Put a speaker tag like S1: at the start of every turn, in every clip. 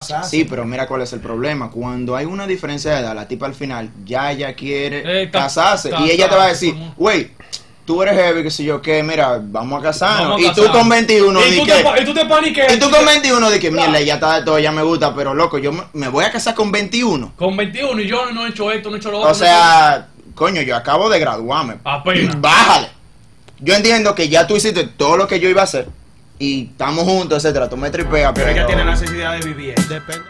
S1: pasazo.
S2: Sí, pero mira cuál es el problema. Cuando hay una diferencia de edad, la tipa al final ya ella quiere
S3: Eh, ta-
S2: casarse.
S3: ta-
S2: y ella te va a
S3: ta-
S2: decir,
S3: como-
S2: güey, tú eres heavy, que sé yo qué, mira, vamos a casarnos. Ah,
S3: Vamos a
S2: y tú
S3: casarnos.
S2: con 21
S1: y,
S2: di
S1: tú
S2: que...
S1: te, pa- y tú te paniqueas.
S2: Y tú con 21 de que mierda, ya está de todo, ya me gusta, pero loco, yo me- me voy a casar con 21.
S3: Con 21 y yo no he hecho esto, no he hecho lo otro.
S2: O sea, coño, yo acabo de graduarme.
S3: Apenas.
S2: Bájale. Yo entiendo que ya tú hiciste todo lo que yo iba a hacer y estamos juntos, etcétera. Tú me tripeas,
S1: Pero ella tiene la necesidad de vivir.
S4: Depende.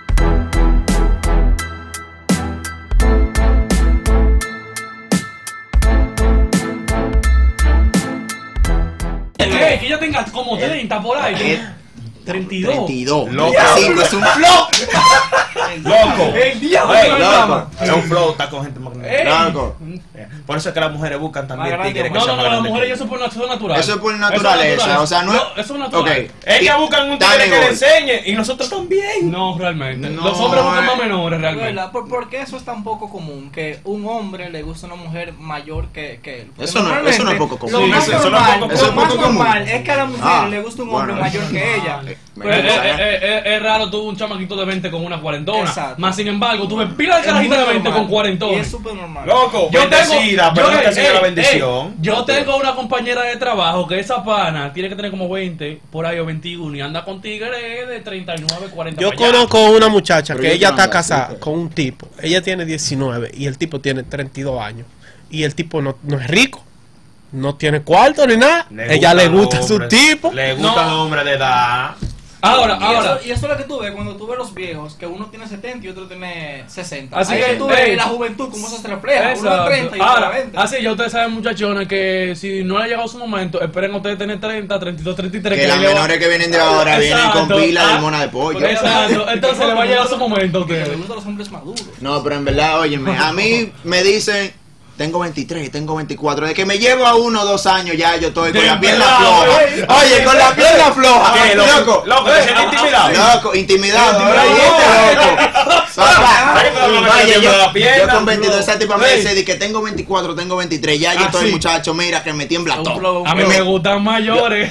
S3: Eh, que ya tenga como 30 por ahí.
S2: Eh,
S3: 32.
S2: 32.
S4: Loco.
S2: 35, es un flop.
S4: Loco.
S3: El diablo
S4: Ey,
S3: que no
S2: loco.
S3: llama.
S4: Es un flow, está con gente más grande.
S3: Ey.
S2: Loco.
S4: Por eso es que las mujeres buscan también
S1: Más grande,
S4: tigres. que
S3: No, no,
S4: sean más
S3: no, las
S4: grandes
S3: mujeres
S4: que
S3: ya eso es por nat- eso es natural.
S2: Eso es por naturaleza,
S3: natural.
S2: o sea, no es-
S3: eso es natural.
S2: Ok.
S4: ellas. Ellas buscan un tigre
S2: Dale,
S4: que le
S2: gol.
S4: enseñe y nosotros también.
S3: No, realmente.
S2: No,
S3: Los hombres buscan
S2: eh.
S3: más menores, realmente.
S5: ¿Verdad? ¿Por, porque eso es tan poco común, que un hombre le guste una mujer mayor que, que él. Porque
S2: Eso no-
S5: normalmente
S2: eso no es poco común.
S5: Lo
S3: Sí,
S5: más
S3: eso
S4: no es
S5: normal,
S4: poco
S5: lo
S2: común.
S5: más
S2: Eso es poco
S5: normal
S2: común.
S5: es que a la mujer
S2: Ah,
S5: le guste un
S2: bueno,
S5: hombre mayor
S2: eso
S5: que
S3: no.
S5: ella.
S3: Eh,
S2: Me
S3: eh,
S2: gusta,
S3: eh,
S2: eh.
S3: eh, es raro tú un chamaquito de 20 con una cuarentona.
S5: Exacto.
S3: Más sin embargo, tú ves pila de
S5: Es muy
S3: carajita de 20
S5: normal,
S3: con cuarentona.
S5: Y es súper normal.
S4: Loco,
S3: Yo eh,
S4: bendecida, pero no te
S3: ey,
S4: enseña la
S3: ey,
S4: bendición.
S3: ey, yo tengo una compañera de trabajo que esa pana tiene que tener como 20 por ahí o 21 y anda con tigres de 39, 40.
S6: Yo
S3: para allá.
S6: conozco una muchacha
S2: Pero
S6: que
S2: yo
S6: ella está
S2: tengo,
S6: casada
S2: ¿viste?
S6: con un tipo. Ella tiene 19 y el tipo tiene 32 años. Y el tipo no, no es rico. No tiene cuarto ni nada. ella le gusta su tipo.
S4: Le gusta
S3: No.
S4: el hombre de edad.
S3: Ahora,
S5: Y eso,
S3: ahora.
S5: y eso es lo que tú ves cuando tú ves los viejos, que uno tiene 70 y otro tiene 60.
S3: Así
S5: Así
S3: que,
S5: que tú ves
S3: ey,
S5: la juventud, cómo eso se refleja. Uno
S3: Exacto.
S5: es 30 y otro
S3: Ahora, ah,
S5: es 20.
S3: así ya ustedes saben, muchachones, que si no le ha llegado su momento, esperen a ustedes tener 30, 32, 33.
S2: Que las
S3: le va-
S2: menores que vienen de ahora vienen con
S3: Exacto.
S2: pila
S3: Ah,
S2: de mona de pollo.
S3: Exacto, entonces le va a llegar su momento a
S5: Porque
S3: ustedes.
S5: le gustan los hombres maduros.
S2: No, pero en verdad, óyeme, a mí me dicen, tengo 23, tengo 24, de que me llevo a uno o dos años ya yo estoy con
S3: De
S2: la pierna
S3: verdad,
S2: floja.
S3: güey. Eh,
S2: Oye, con la pierna floja,
S4: ¿Qué,
S2: loco.
S4: loco? Loco, te sientes intimidado.
S2: Loco,
S3: eh,
S2: intimidado,
S4: Intimidado.
S2: oye, loco. Papá,
S4: Ay, pero no me
S2: oye,
S3: eh,
S4: cayó
S2: yo,
S4: la pierna,
S2: yo con 22, esa tipa me
S3: Ey.
S2: dice de que tengo 24, tengo 23, ya yo
S3: eh, Ah,
S2: estoy
S3: sí.
S2: muchacho, mira que me tiembla
S5: Un
S2: todo.
S5: flow, un
S3: A mí
S5: flow.
S3: me gustan mayores.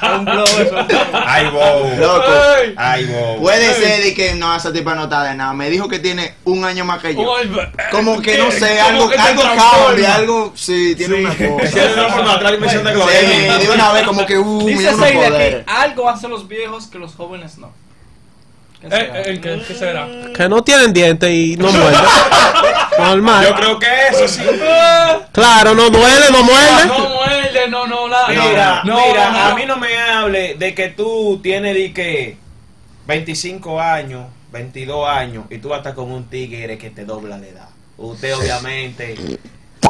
S3: Ah,
S5: Un flow, eso, un flow.
S4: Ay, wow.
S2: Loco,
S3: Ey.
S4: Ay, wow.
S2: puede ser de que no, esa tipa no está de nada, me dijo que tiene un año más que yo.
S3: Uy, eh,
S2: Como que no sé,
S3: como
S2: algo,
S3: que te
S2: algo
S3: transforma.
S2: cambia, algo, sí, tiene una cosa.
S4: Si eres una forma de otra dimensión de gloria.
S2: Sí, de una vez como que uh, me
S5: Dice
S2: dio unos
S5: Seide
S2: poderes.
S5: que algo hacen los viejos que los jóvenes no. ¿Qué
S3: Eh,
S5: será?
S3: eh, ¿qué, qué será?
S6: Que no tienen dientes y no muerden. Normal.
S4: Yo creo que eso sí.
S6: Claro, no duele, no
S3: No
S6: muerde.
S3: muerde, no, no, la.
S4: Ah, Mira,
S3: no,
S4: mira,
S3: no,
S4: a mí no me hable de que tú tienes de que 25 años, 22 años y tú vas a estar con un tigre que te dobla la edad. Usted obviamente,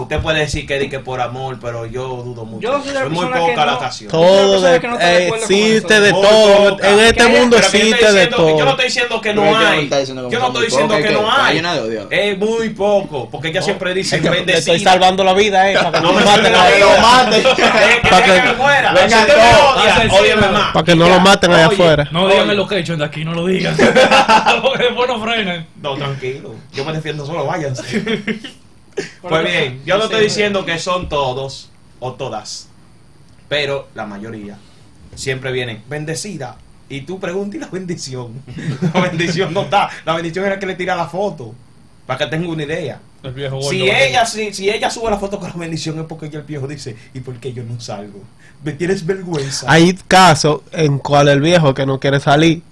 S4: usted puede decir que di que por amor, pero yo dudo mucho.
S5: Yo soy de la
S4: es muy
S5: persona
S4: poca
S5: que
S4: la
S5: no-
S4: ocasión.
S6: Todo
S5: Yo creo que
S6: de-
S5: no está de
S6: eh,
S5: acuerdo con
S6: existe
S5: eso.
S6: de
S4: Muy
S6: todo.
S4: poca.
S6: En este
S5: ¿Qué?
S4: Pero
S6: mundo
S4: que yo estoy
S6: existe de
S4: diciendo- Yo no
S6: todo.
S4: estoy diciendo que
S2: Pero
S4: no
S2: es que no
S4: hay.
S2: está diciendo que
S4: Yo
S2: está
S4: no estoy
S2: muy
S4: diciendo
S2: poca,
S4: que
S2: que
S4: no
S2: está
S4: hay.
S2: llena de odio.
S4: Es muy poco, porque ella siempre dice
S6: Le estoy
S4: bendecida.
S6: salvando la vida, eh, para que no
S4: No
S6: me
S4: me
S6: maten
S4: salve
S6: a
S4: la
S2: Que
S6: ellos.
S4: vida.
S2: lo maten.
S4: Pa' que vengan afuera.
S2: Venga,
S4: Si usted me
S2: todo.
S4: odia,
S3: Asesino.
S4: ódiame más.
S6: Para que no lo maten allá
S4: Oye,
S6: afuera.
S3: No digan los que he hecho de aquí, no lo digan. Porque después no frenan.
S4: No, tranquilo. Yo me defiendo solo, váyanse.
S5: Pero-
S4: pues bien, yo no estoy
S5: Sí.
S4: diciendo que son todos o todas, pero la mayoría siempre vienen bendecida. Y tú preguntas y la bendición. La bendición no está. La bendición era que le tira la foto. Para que tenga una idea.
S3: El viejo gordo.
S4: Si ella, si, si ella sube la foto con la bendición es porque ya el viejo dice, ¿y por qué yo no salgo? ¿Me tienes vergüenza?
S6: Hay casos en cual el viejo que no quiere salir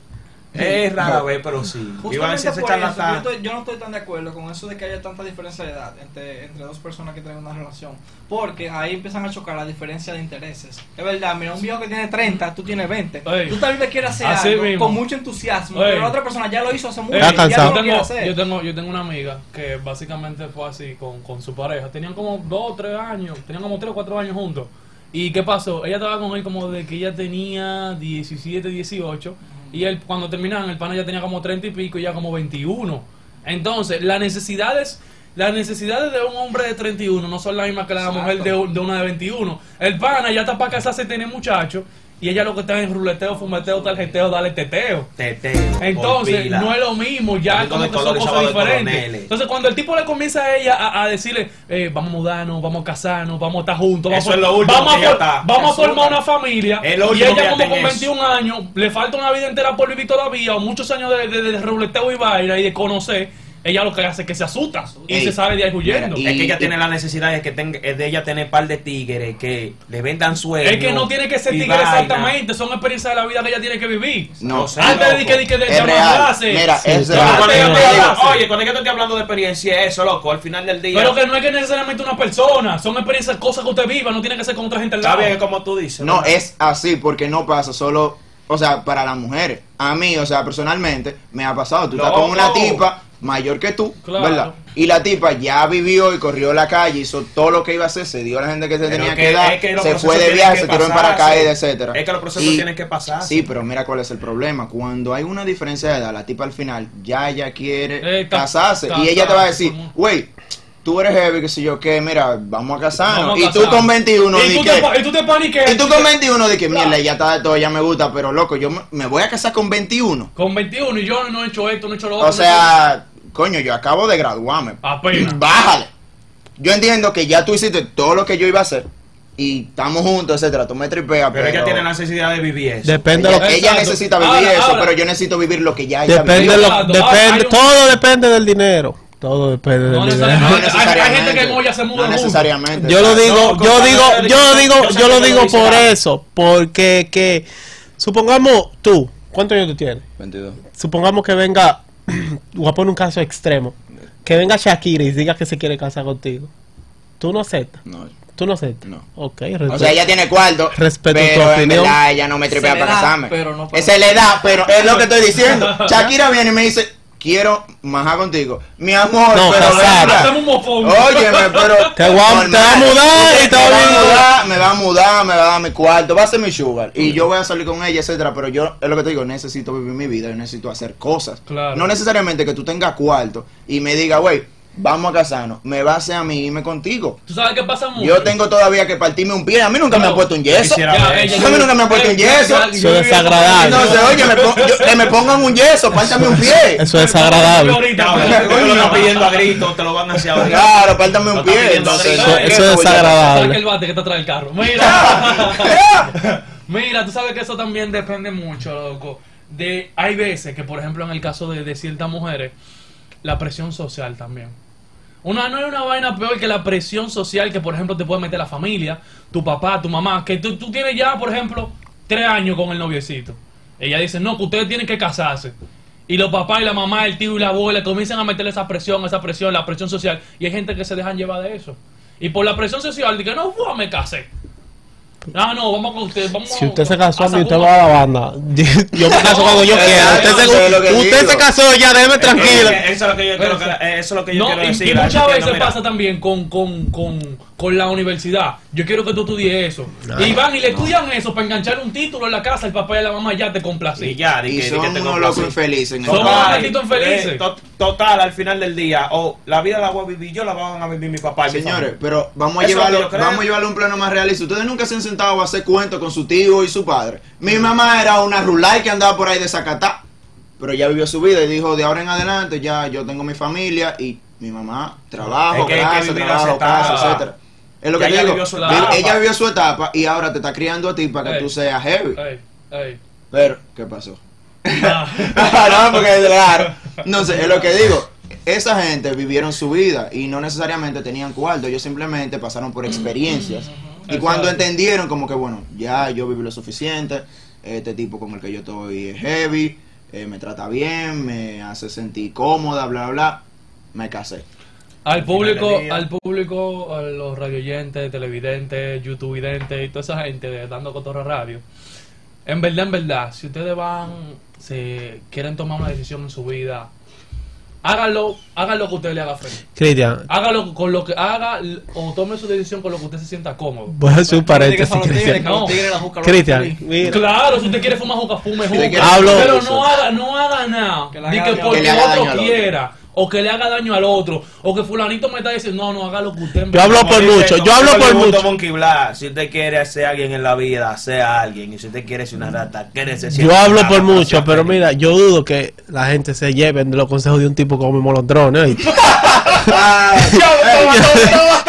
S4: Es rara vez, pero sí. Iba a decir
S5: Justamente por
S4: ese
S5: eso, yo,
S4: charlatán.
S5: estoy- yo no estoy tan de acuerdo con eso de que haya tanta diferencia de edad entre, entre dos personas que tienen una relación. Porque ahí empiezan a chocar la diferencia de intereses. Es verdad, mira, un viejo que tiene 30, tú tienes 20.
S3: Ey.
S5: Tú tal vez quieras hacer
S3: Así
S5: algo
S3: mismo.
S5: con mucho entusiasmo,
S3: Ey.
S5: pero la otra persona ya lo hizo hace mucho.
S3: Ey,
S6: Está
S5: ya
S3: yo,
S5: tú no
S6: cansado.
S5: lo quieres
S3: tengo,
S5: hacer.
S3: yo, tengo, yo tengo una amiga que básicamente fue así con, con su pareja. Tenían como dos o tres años, tenían como tres o cuatro años juntos. ¿Y qué pasó? Ella estaba con él como de que ella tenía 17, 18. Y él, cuando terminaban, el pana ya tenía como 30 y pico y ya como 21. Entonces, las necesidades las necesidades de un hombre de 31 no son las mismas que las de la
S5: Exacto.
S3: mujer de, un- de una de 21. El pana ya está para casarse y tener muchachos. y ella lo que está en ruleteo, fumeteo, tarjeteo, dale teteo.
S4: Teteo.
S3: Entonces,
S4: compila.
S3: no es lo mismo, ya
S4: Domingo
S3: como
S4: de
S3: que son
S4: colores,
S3: cosas
S4: sábado de
S3: diferentes.
S4: coroneles.
S3: Entonces, cuando el tipo le comienza a ella a, a decirle, eh, vamos a mudarnos, vamos a casarnos, vamos a estar juntos, vamos,
S4: Eso
S3: a-
S4: es lo último
S3: vamos
S4: que
S3: a,
S4: ella
S3: for-
S4: está.
S3: vamos a
S4: Eso es
S3: formar
S4: lo-
S3: una familia,
S4: es
S3: y
S4: lo último que
S3: ella
S4: ella
S3: como
S4: está
S3: con
S4: en eso.
S3: 21 años, le falta una vida entera por vivir todavía, o muchos años de, de, de ruleteo y vaina y de conocer, ella lo que hace es que se asusta y
S2: Ey,
S3: se sale de ahí huyendo.
S2: mira,
S4: es que ella
S2: Y-
S4: tiene la necesidad de que tenga, es de ella tener par de tigres que le vendan sueños.
S3: es que no tiene que ser
S4: y
S3: tigre
S4: vaina.
S3: exactamente, son experiencias de la vida que ella tiene que vivir.
S2: No,
S4: O sea,
S3: Antes de
S4: loco.
S3: Ah, que, de que de, de
S2: es real.
S3: amarrarse.
S2: Mira,
S6: Sí,
S2: es
S6: claro.
S2: real.
S4: Cuando yo
S3: Pero-
S4: te hablo-
S3: pero-
S4: oye, cuando yo te estoy hablando de experiencia, es eso, loco, al final del día.
S3: Pero que no es que necesariamente una persona, son experiencias, cosas que usted viva, no tiene que ser con otra gente al
S4: Está
S3: lado.
S4: bien, es como tú dices.
S2: No,
S4: ¿verdad?
S2: es así porque no pasa solo, o sea, para las mujeres. A mí, o sea, personalmente, me ha pasado. Tú estás
S4: Loco.
S2: con una tipa mayor que tú,
S3: Claro.
S2: ¿verdad? Y la tipa ya vivió y corrió la calle, hizo todo lo que iba a hacer, se dio a la gente que se
S4: Pero
S2: tenía
S4: que-
S2: que, dar,
S4: es que los
S2: se
S4: procesos
S2: fue de
S4: tienen
S2: viaje,
S4: que
S2: se tiró en
S4: pasarse.
S2: paracaídas, etcétera.
S4: Es que los procesos
S2: Y-
S4: tienen que pasar.
S2: Sí, pero mira cuál es el problema. Cuando hay una diferencia de edad, la tipa al final ya ya quiere
S3: Eh, ca-
S2: casarse.
S3: ca-
S2: y ella te va a
S3: ca-
S2: decir,
S3: como-
S2: güey, tú eres heavy, que sé yo qué, mira, vamos a casarnos.
S3: Vamos a
S2: y tú
S3: casarnos.
S2: con 21
S3: y,
S2: di
S3: tú
S2: que-
S3: te, pa- y tú te paniqueas.
S2: y tú con 21 de que mierda, ya está de todo, ya me gusta, pero loco, yo me- me voy a casar con 21.
S3: Con 21 y yo no he hecho esto, no he hecho lo otro.
S2: O sea, coño, yo acabo de graduarme.
S3: Apenas.
S2: Bájale. Yo entiendo que ya tú hiciste todo lo que yo iba a hacer y estamos juntos, etcétera. Tú me tripeas, pero,
S4: Pero ella tiene la necesidad de vivir eso.
S6: Depende de lo
S2: ella,
S6: que.
S2: ella
S3: Exacto.
S2: necesita vivir
S3: Ahora,
S2: eso,
S3: ahora.
S2: pero yo necesito vivir lo que ya ella
S6: Depende,
S2: vivió.
S6: de lo-
S3: Ahora, hay
S6: depende
S3: un-
S6: todo depende del dinero. Todo depende
S3: No
S6: del dinero.
S3: necesariamente.
S2: No
S3: Hay- hay gente
S2: necesariamente.
S3: que no, ya se muda
S2: No
S3: juntos.
S2: necesariamente.
S6: Yo lo
S2: exacto.
S6: digo,
S4: No,
S6: yo
S4: con-
S6: digo,
S4: con-
S6: yo
S4: con-
S6: digo,
S4: yo sé
S6: yo lo
S4: que
S6: digo
S4: lo dice
S6: por
S4: mal.
S6: eso, porque que supongamos tú, ¿cuántos años tú tienes?
S2: 22.
S6: Supongamos que venga, voy a poner un caso extremo, que venga Shakira y diga que se quiere casar contigo. Tú no aceptas,
S2: No.
S6: tú no aceptas.
S2: No.
S6: Ok,
S2: O
S6: respeto.
S2: sea, ella tiene cuarto.
S6: Respeto tu
S2: pero en
S6: opinión.
S2: verdad ella no me tripea
S5: Se le
S2: para
S5: da,
S2: casarme.
S5: pero no para-
S2: Esa es la edad, pero es lo que estoy diciendo. Shakira viene y me dice, quiero majar contigo. Mi amor,
S6: No,
S2: pero
S6: casada.
S2: venga.
S3: Hacemos un mofón.
S2: Óyeme, pero.
S6: Te voy a- te va a mudar y te
S2: me
S6: va a
S2: va a
S6: venir-
S2: mudar, me va a mudar, me va a dar mi cuarto, va a ser mi sugar. Y yo voy a salir con ella, etcétera. Pero yo, es lo que te digo, necesito vivir mi vida, yo necesito hacer cosas.
S3: Claro.
S2: No necesariamente que tú tengas cuarto y me diga, güey, vamos a casarnos. Me va a hacer a mí irme contigo.
S3: ¿Tú sabes qué pasa mucho?
S2: Yo tengo todavía que partirme un pie. A mí nunca me
S3: No,
S2: han puesto un yeso.
S4: quisiera-
S3: Ya, ella-
S2: A mí nunca me han puesto un yeso.
S3: Ya, ya, ya,
S6: Eso es
S3: yo vivía-
S6: desagradable.
S2: No sé, oye, me pon- yo- que me pongan un yeso, pártame un pie.
S6: Eso es desagradable.
S3: Ahorita,
S4: Ya,
S3: pero-
S4: pero tú lo estás pidiendo a gritos, te lo van hacia ahora.
S2: Claro, pártame un
S4: Lo está
S2: pie.
S4: pidiendo
S2: entonces,
S4: agresivo.
S6: Eso,
S2: ¿qué
S6: eso es
S2: voy a-
S3: Saca el
S6: desagradable.
S3: bate que te trae el carro. Mira. Mira, tú sabes que eso también depende mucho, loco. De, hay veces que, por ejemplo, en el caso de, de ciertas mujeres, la presión social también. Una, no hay una vaina peor que la presión social que, por ejemplo, te puede meter la familia, tu papá, tu mamá, que tú, tú tienes ya, por ejemplo, tres años con el noviecito. Ella dice, no, que ustedes tienen que casarse. Y los papás y la mamá, el tío y la abuela comienzan a meterle esa presión, esa presión, la presión social. Y hay gente que se dejan llevar de eso. Y por la presión social, de que no, fua, me casé. No, no, vamos con ustedes. Vamos
S6: Si usted se casó a mí,
S3: Sacudo.
S6: usted va a la banda. Yo me caso cuando yo
S2: No,
S6: quiera. Usted,
S2: no, eso es eh, lo que
S6: se, usted
S2: digo. Eh,
S6: se casó, ya déjeme
S4: Eso
S6: tranquilo.
S4: es lo que yo quiero, que- eh, eso es lo que yo
S3: No,
S4: quiero
S3: y,
S4: decir.
S3: y
S4: la gente
S3: muchas
S4: que no,
S3: veces
S4: mira.
S3: pasa también con, con, con, con la universidad. Yo quiero que tú estudies eso. y van y le estudian eso para enganchar un título en la casa, el papá y la mamá ya te complací.
S4: Y ya,
S2: Y
S4: di que, di que
S2: son
S4: te
S2: unos
S4: complací.
S2: locos infelices. en el
S3: Son
S2: país.
S3: unos malditos infelices.
S4: eh, to- total, al final del día, o la vida la voy a vivir yo, la van a vivir mi papá y mi
S2: Señores,
S4: familia.
S2: pero vamos a,
S4: Eso es lo que
S2: llevarlo,
S4: yo creo.
S2: vamos a llevarlo a un plano más realista. Ustedes nunca se han sentado a hacer cuentos con su tío y su padre. Mi mamá era una rulay que andaba por ahí de Zacatá, pero ya vivió su vida y dijo, de ahora en adelante ya yo tengo mi familia y mi mamá, trabajo,
S4: Es que- es que
S2: casa,
S4: vivir
S2: trabajo,
S4: esa etapa.
S2: casa, etcétera. Es lo
S4: Ya
S2: que te
S4: ella
S2: digo.
S4: vivió su
S2: Vi-
S4: etapa.
S2: Ella vivió su etapa y ahora te está criando a ti para que
S3: Ey.
S2: tú seas heavy.
S3: Ey, ey.
S2: Pero, ¿qué pasó?
S3: Ah.
S2: no, porque claro. No sé, es lo que digo. Esa gente vivieron su vida y no necesariamente tenían cuarto, ellos simplemente pasaron por experiencias. Y cuando
S3: Exacto.
S2: entendieron como que, bueno, ya yo viví lo suficiente, este tipo con el que yo estoy es heavy, eh, me trata bien, me hace sentir cómoda, bla, bla, bla, me casé.
S3: Al público,
S4: del día.
S3: al público, a los radioyentes, televidentes, youtubevidentes y toda esa gente de Dando Cotorra Radio. En verdad, en verdad, si ustedes van, se quieren tomar una decisión en su vida, háganlo, háganlo que usted le haga
S2: eh.
S3: frente.
S6: Cristian,
S3: Hágalo con lo que haga o tome su decisión con lo que usted se sienta cómodo.
S6: voy a hacer un
S5: digas a
S6: paréntesis,
S5: los tigres, que
S6: Cristian.
S5: a los
S3: No.
S5: tigres la buscan los
S6: Cristian,
S5: tigres.
S6: mira.
S3: Claro, si usted quiere fumar juca, fume
S2: Si usted
S3: juca.
S2: quiere
S6: Hablo-
S3: Pero
S2: fumar,
S3: no haga, no haga nada.
S5: Que le
S3: Ni
S5: haga
S3: que
S5: daño.
S3: porque
S2: Que le haga daño
S3: otro
S2: al otro.
S3: quiera. o que le haga daño al otro, o que fulanito me está diciendo, no, no, haga lo que usted me
S6: Yo hablo
S4: Como
S6: por
S4: dice-
S6: mucho,
S4: como
S6: yo hablo
S4: dice
S6: por
S4: Hollywood
S6: mucho.
S4: Monkey Black, si usted quiere ser alguien en la vida, sea alguien. Y si usted quiere ser una rata, quédese siendo
S6: Yo hablo
S4: una
S6: por
S4: rata, sea
S6: mucho, pero
S4: feliz.
S6: mira, yo dudo que la gente se lleven de los consejos de un tipo como Molondrón, ¿eh?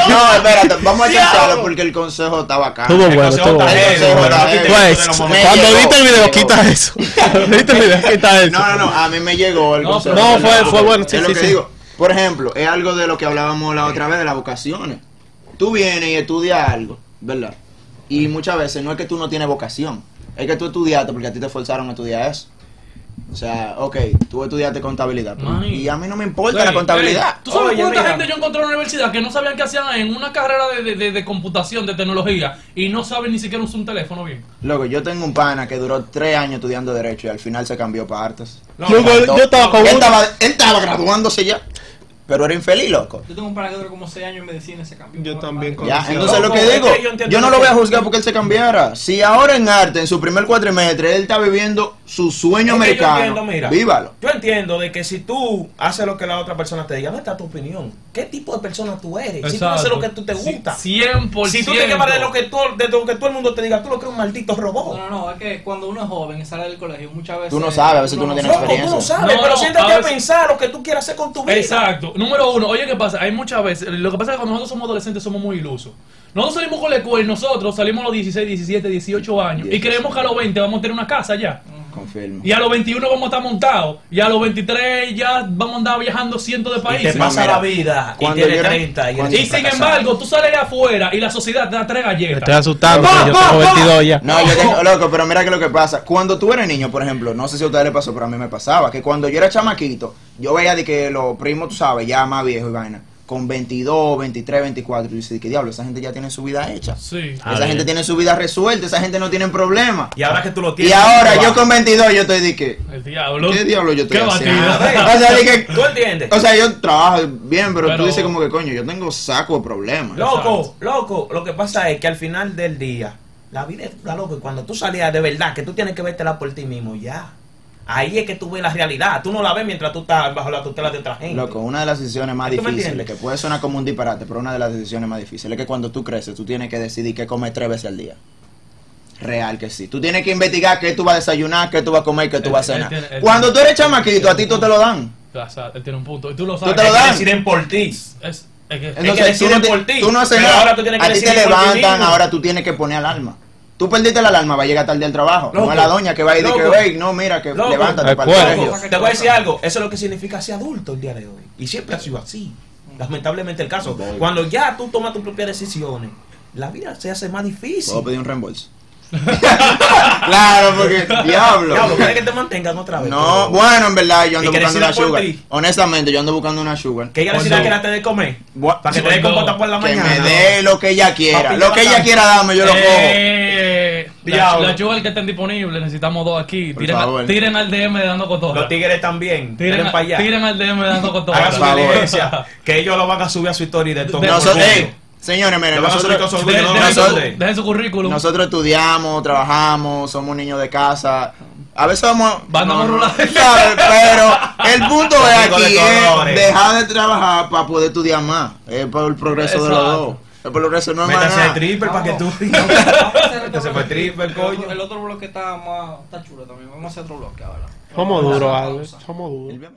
S2: No, espérate, vamos a echarlo porque el consejo está bacán.
S6: Estuvo
S2: El
S6: bueno,
S4: consejo
S6: estuvo
S4: está
S6: bueno.
S4: heavy,
S2: consejo
S4: pero
S2: está
S4: no
S2: heavy.
S4: quita
S6: Pues,
S4: eso de los
S2: me
S6: cuando
S2: llegó,
S6: viste el
S2: me
S6: video,
S2: llegó.
S6: quita eso. Viste el video, quita eso.
S2: No, no, no, a mí me llegó el
S3: No,
S2: consejo.
S3: pero-
S6: No, fue- fue bueno, sí,
S2: es lo
S6: sí,
S2: que
S6: sí.
S2: digo. Por ejemplo, es algo de lo que hablábamos la otra vez, de las vocaciones. Tú vienes y estudias algo, ¿verdad? Y muchas veces no es que tú no tienes vocación, es que tú estudiaste porque a ti te forzaron a estudiar eso. O sea, ok, tú estudiaste contabilidad. pero-
S3: Mani.
S2: y a mí no me importa
S3: Ey,
S2: la contabilidad.
S3: ey, ¿Tú sabes
S4: Oye,
S3: cuánta
S4: mira.
S3: gente yo encontré en la universidad que no sabían qué hacían en una carrera de, de- de- de computación, de tecnología, y no saben ni siquiera usar un teléfono bien?
S2: Loco, yo tengo un pana que duró tres años estudiando Derecho y al final se cambió para artes.
S6: Yo, yo estaba con
S2: Él
S6: uno.
S2: estaba, él estaba graduándose ya, pero era infeliz, loco.
S5: Yo tengo un pana que duró como 6 años en medicina y se cambió.
S7: Yo también con-
S2: Ya,
S7: Loco,
S2: entonces lo que
S4: es
S2: digo,
S4: que yo
S2: yo,
S4: entiendo
S2: no
S4: que-
S2: lo voy a juzgar porque él se cambiara. Si ahora en arte, en su primer cuatrimestre, él está viviendo su sueño
S4: Es que yo
S2: americano,
S4: entiendo, mira,
S2: vívalo.
S4: Yo entiendo de que si tú haces lo que la otra persona te diga, ¿dónde está tu opinión? ¿Qué tipo de persona tú eres? Si tú haces lo que tú te gusta.
S3: Sí, 100%.
S4: si tú te quemas de lo que tú, de lo que todo el mundo te diga, tú lo que eres un maldito robot.
S5: No, no, no, es que cuando uno es joven y sale del colegio, muchas veces.
S2: Tú no sabes, a veces tú no tienes
S4: Loco,
S5: sabe.
S4: tú no
S2: experiencia.
S4: sabes,
S3: No,
S4: pero
S3: no,
S4: siéntate
S3: a
S4: a
S3: veces-
S4: pensar lo que tú quieras hacer con tu vida.
S3: Exacto. Número uno, oye, ¿qué pasa? Hay muchas veces, lo que pasa es que cuando nosotros somos adolescentes somos muy ilusos. Nosotros salimos con la escuela y nosotros salimos a los 16, 17, 18 años y creemos que a los 20 vamos a tener una casa ya.
S4: Mm.
S2: Confirmo.
S3: Y a los 21 vamos a estar montados. Y a los 23 ya vamos a andar viajando cientos de
S4: Y te
S3: países.
S2: Sí,
S4: pasa
S2: mira,
S4: la vida y
S2: cuando
S4: tienes
S2: yo era-
S4: 30 y,
S2: cuando-
S4: eres
S3: Y sin
S4: fracasado.
S3: embargo, tú sales afuera y la sociedad te da tres
S6: Me estoy
S3: galletas.
S6: asustando,
S2: Va,
S6: que yo
S2: va,
S6: tengo
S2: va.
S6: 22 ya.
S2: No, yo tengo, loco, pero mira que lo que pasa. Cuando tú eres niño, por ejemplo, no sé si a ustedes les pasó, pero a mí me pasaba, que cuando yo era chamaquito, yo veía de que los primos, tú sabes, ya más viejos y vaina, con 22, 23, 24, y dices, que diablo, esa gente ya tiene su vida hecha.
S3: Sí.
S6: Ah,
S2: esa
S6: bien.
S2: gente tiene su vida resuelta, esa gente no tiene problemas.
S4: Y ahora que tú lo
S2: Y
S4: tienes.
S2: ahora
S4: tú
S2: yo
S4: vas.
S2: con 22 yo estoy de que...
S3: El diablo.
S2: ¿Qué diablo yo estoy
S3: Qué
S2: haciendo?
S3: batida.
S2: O sea, dije-
S4: ¿Tú entiendes?
S2: O sea, yo trabajo bien, pero,
S3: Pero-
S2: tú dices como que coño, yo tengo saco de problemas.
S4: Loco, loco, lo que pasa es que al final del día, la vida es dura, loco, y cuando tú salías de verdad, que tú tienes que vértela por ti mismo, ya. Ahí es que tú ves la realidad, tú no la ves mientras tú estás bajo la tutela de otra gente.
S2: Loco, una de las decisiones más
S4: ¿Tú me
S2: difíciles,
S4: entiendes?
S2: que puede sonar como un disparate, pero una de las decisiones más difíciles es que cuando tú creces, tú tienes que decidir qué comer tres veces al día. Real que sí. Tú tienes que investigar qué tú vas a desayunar, qué tú vas a comer, qué tú
S3: Él-
S2: vas a
S3: él
S2: cenar.
S3: tiene- él
S2: Cuando tú
S3: tiene-
S2: eres chamaquito, a ti
S3: tiene
S2: tú
S3: un
S2: te lo dan.
S3: O sea, él tiene un punto. Y tú lo
S2: Tú
S3: sabes.
S2: te lo
S4: Que
S2: dan.
S4: deciden por ti.
S3: Es, es que-
S4: que
S2: Entonces, tú
S4: deciden
S2: no, te-
S4: por ti.
S2: tú no haces
S4: Pero
S2: nada.
S4: ahora tú tienes que
S2: a ti te
S4: decidir por ti
S2: levantan,
S4: mismo.
S2: ahora tú tienes que poner alarma. Tú perdiste la alarma, va a llegar tarde al trabajo.
S4: Loco,
S2: no es la doña que va a ir y que,
S4: loco,
S2: "Ey, no, mira, que
S4: loco,
S2: levántate para el
S6: loco.
S2: colegio.
S4: Loco, te voy a decir algo, eso es lo que significa ser adulto el día de hoy. Y siempre ha sido así. Lamentablemente el caso. Cuando ya tú tomas tus propias decisiones, la vida se hace más difícil.
S2: ¿Puedo pedir un reembolso? claro, porque diablo.
S4: Diablo, ¿quieres que te mantengan otra vez?
S2: No,
S4: Pero-
S2: bueno, en verdad yo ando
S4: ¿Y quieres
S2: buscando
S4: ir a
S2: una
S4: por
S2: sugar.
S4: ti?
S2: Honestamente, yo ando buscando una sugar.
S4: Que ella
S3: Cuando-
S4: decida que la te dé comer.
S2: Buah,
S4: Para que te dé
S3: cuando-
S4: compota por la
S2: Que
S4: mañana.
S2: me dé lo que ella quiera.
S4: Papi,
S2: Lo que ella
S4: bacán.
S2: quiera dame, yo lo cojo.
S3: Eh, la,
S4: Diablo.
S3: la chugal que estén disponibles, necesitamos dos aquí.
S2: Por
S3: Tiren, a-
S2: favor.
S3: tiren al DM de dando cotorra.
S4: Los tigres también.
S3: Tiren,
S4: Tiren
S3: a-
S4: para allá.
S3: tiren al DM de dando cotorra.
S4: Hagan su
S2: Por favor.
S4: diligencia. Que ellos lo van a subir a su historia de todo.
S3: De-
S2: Nosotros,
S4: orgullo.
S2: ey, señores,
S4: Lo
S2: miren,
S4: van a subir con su
S2: nosotros,
S3: De-
S4: orgullo, no lo van a
S3: dejen,
S2: nosotros-
S4: esconder.
S3: su, dejen su currículum.
S2: nosotros estudiamos, trabajamos, somos niños de casa. A veces vamos.
S3: Vándalos rurales.
S2: ¿sabes? Pero el punto es
S4: Amigos de
S2: aquí: es
S4: colores.
S2: dejar de trabajar para poder estudiar más. Es por el progreso de los
S3: Exacto.
S2: dos. Es por el progreso, no es más
S4: Métanse de
S2: nada.
S4: triple para que tú.
S5: Este
S4: se fue triple, coño.
S5: El otro bloque está más. Está chulo también. Vamos a hacer otro bloque ahora.
S6: Somos
S5: Vamos a
S6: duros,
S5: hacer una
S6: Albert.
S5: pausa.
S6: Somos duros.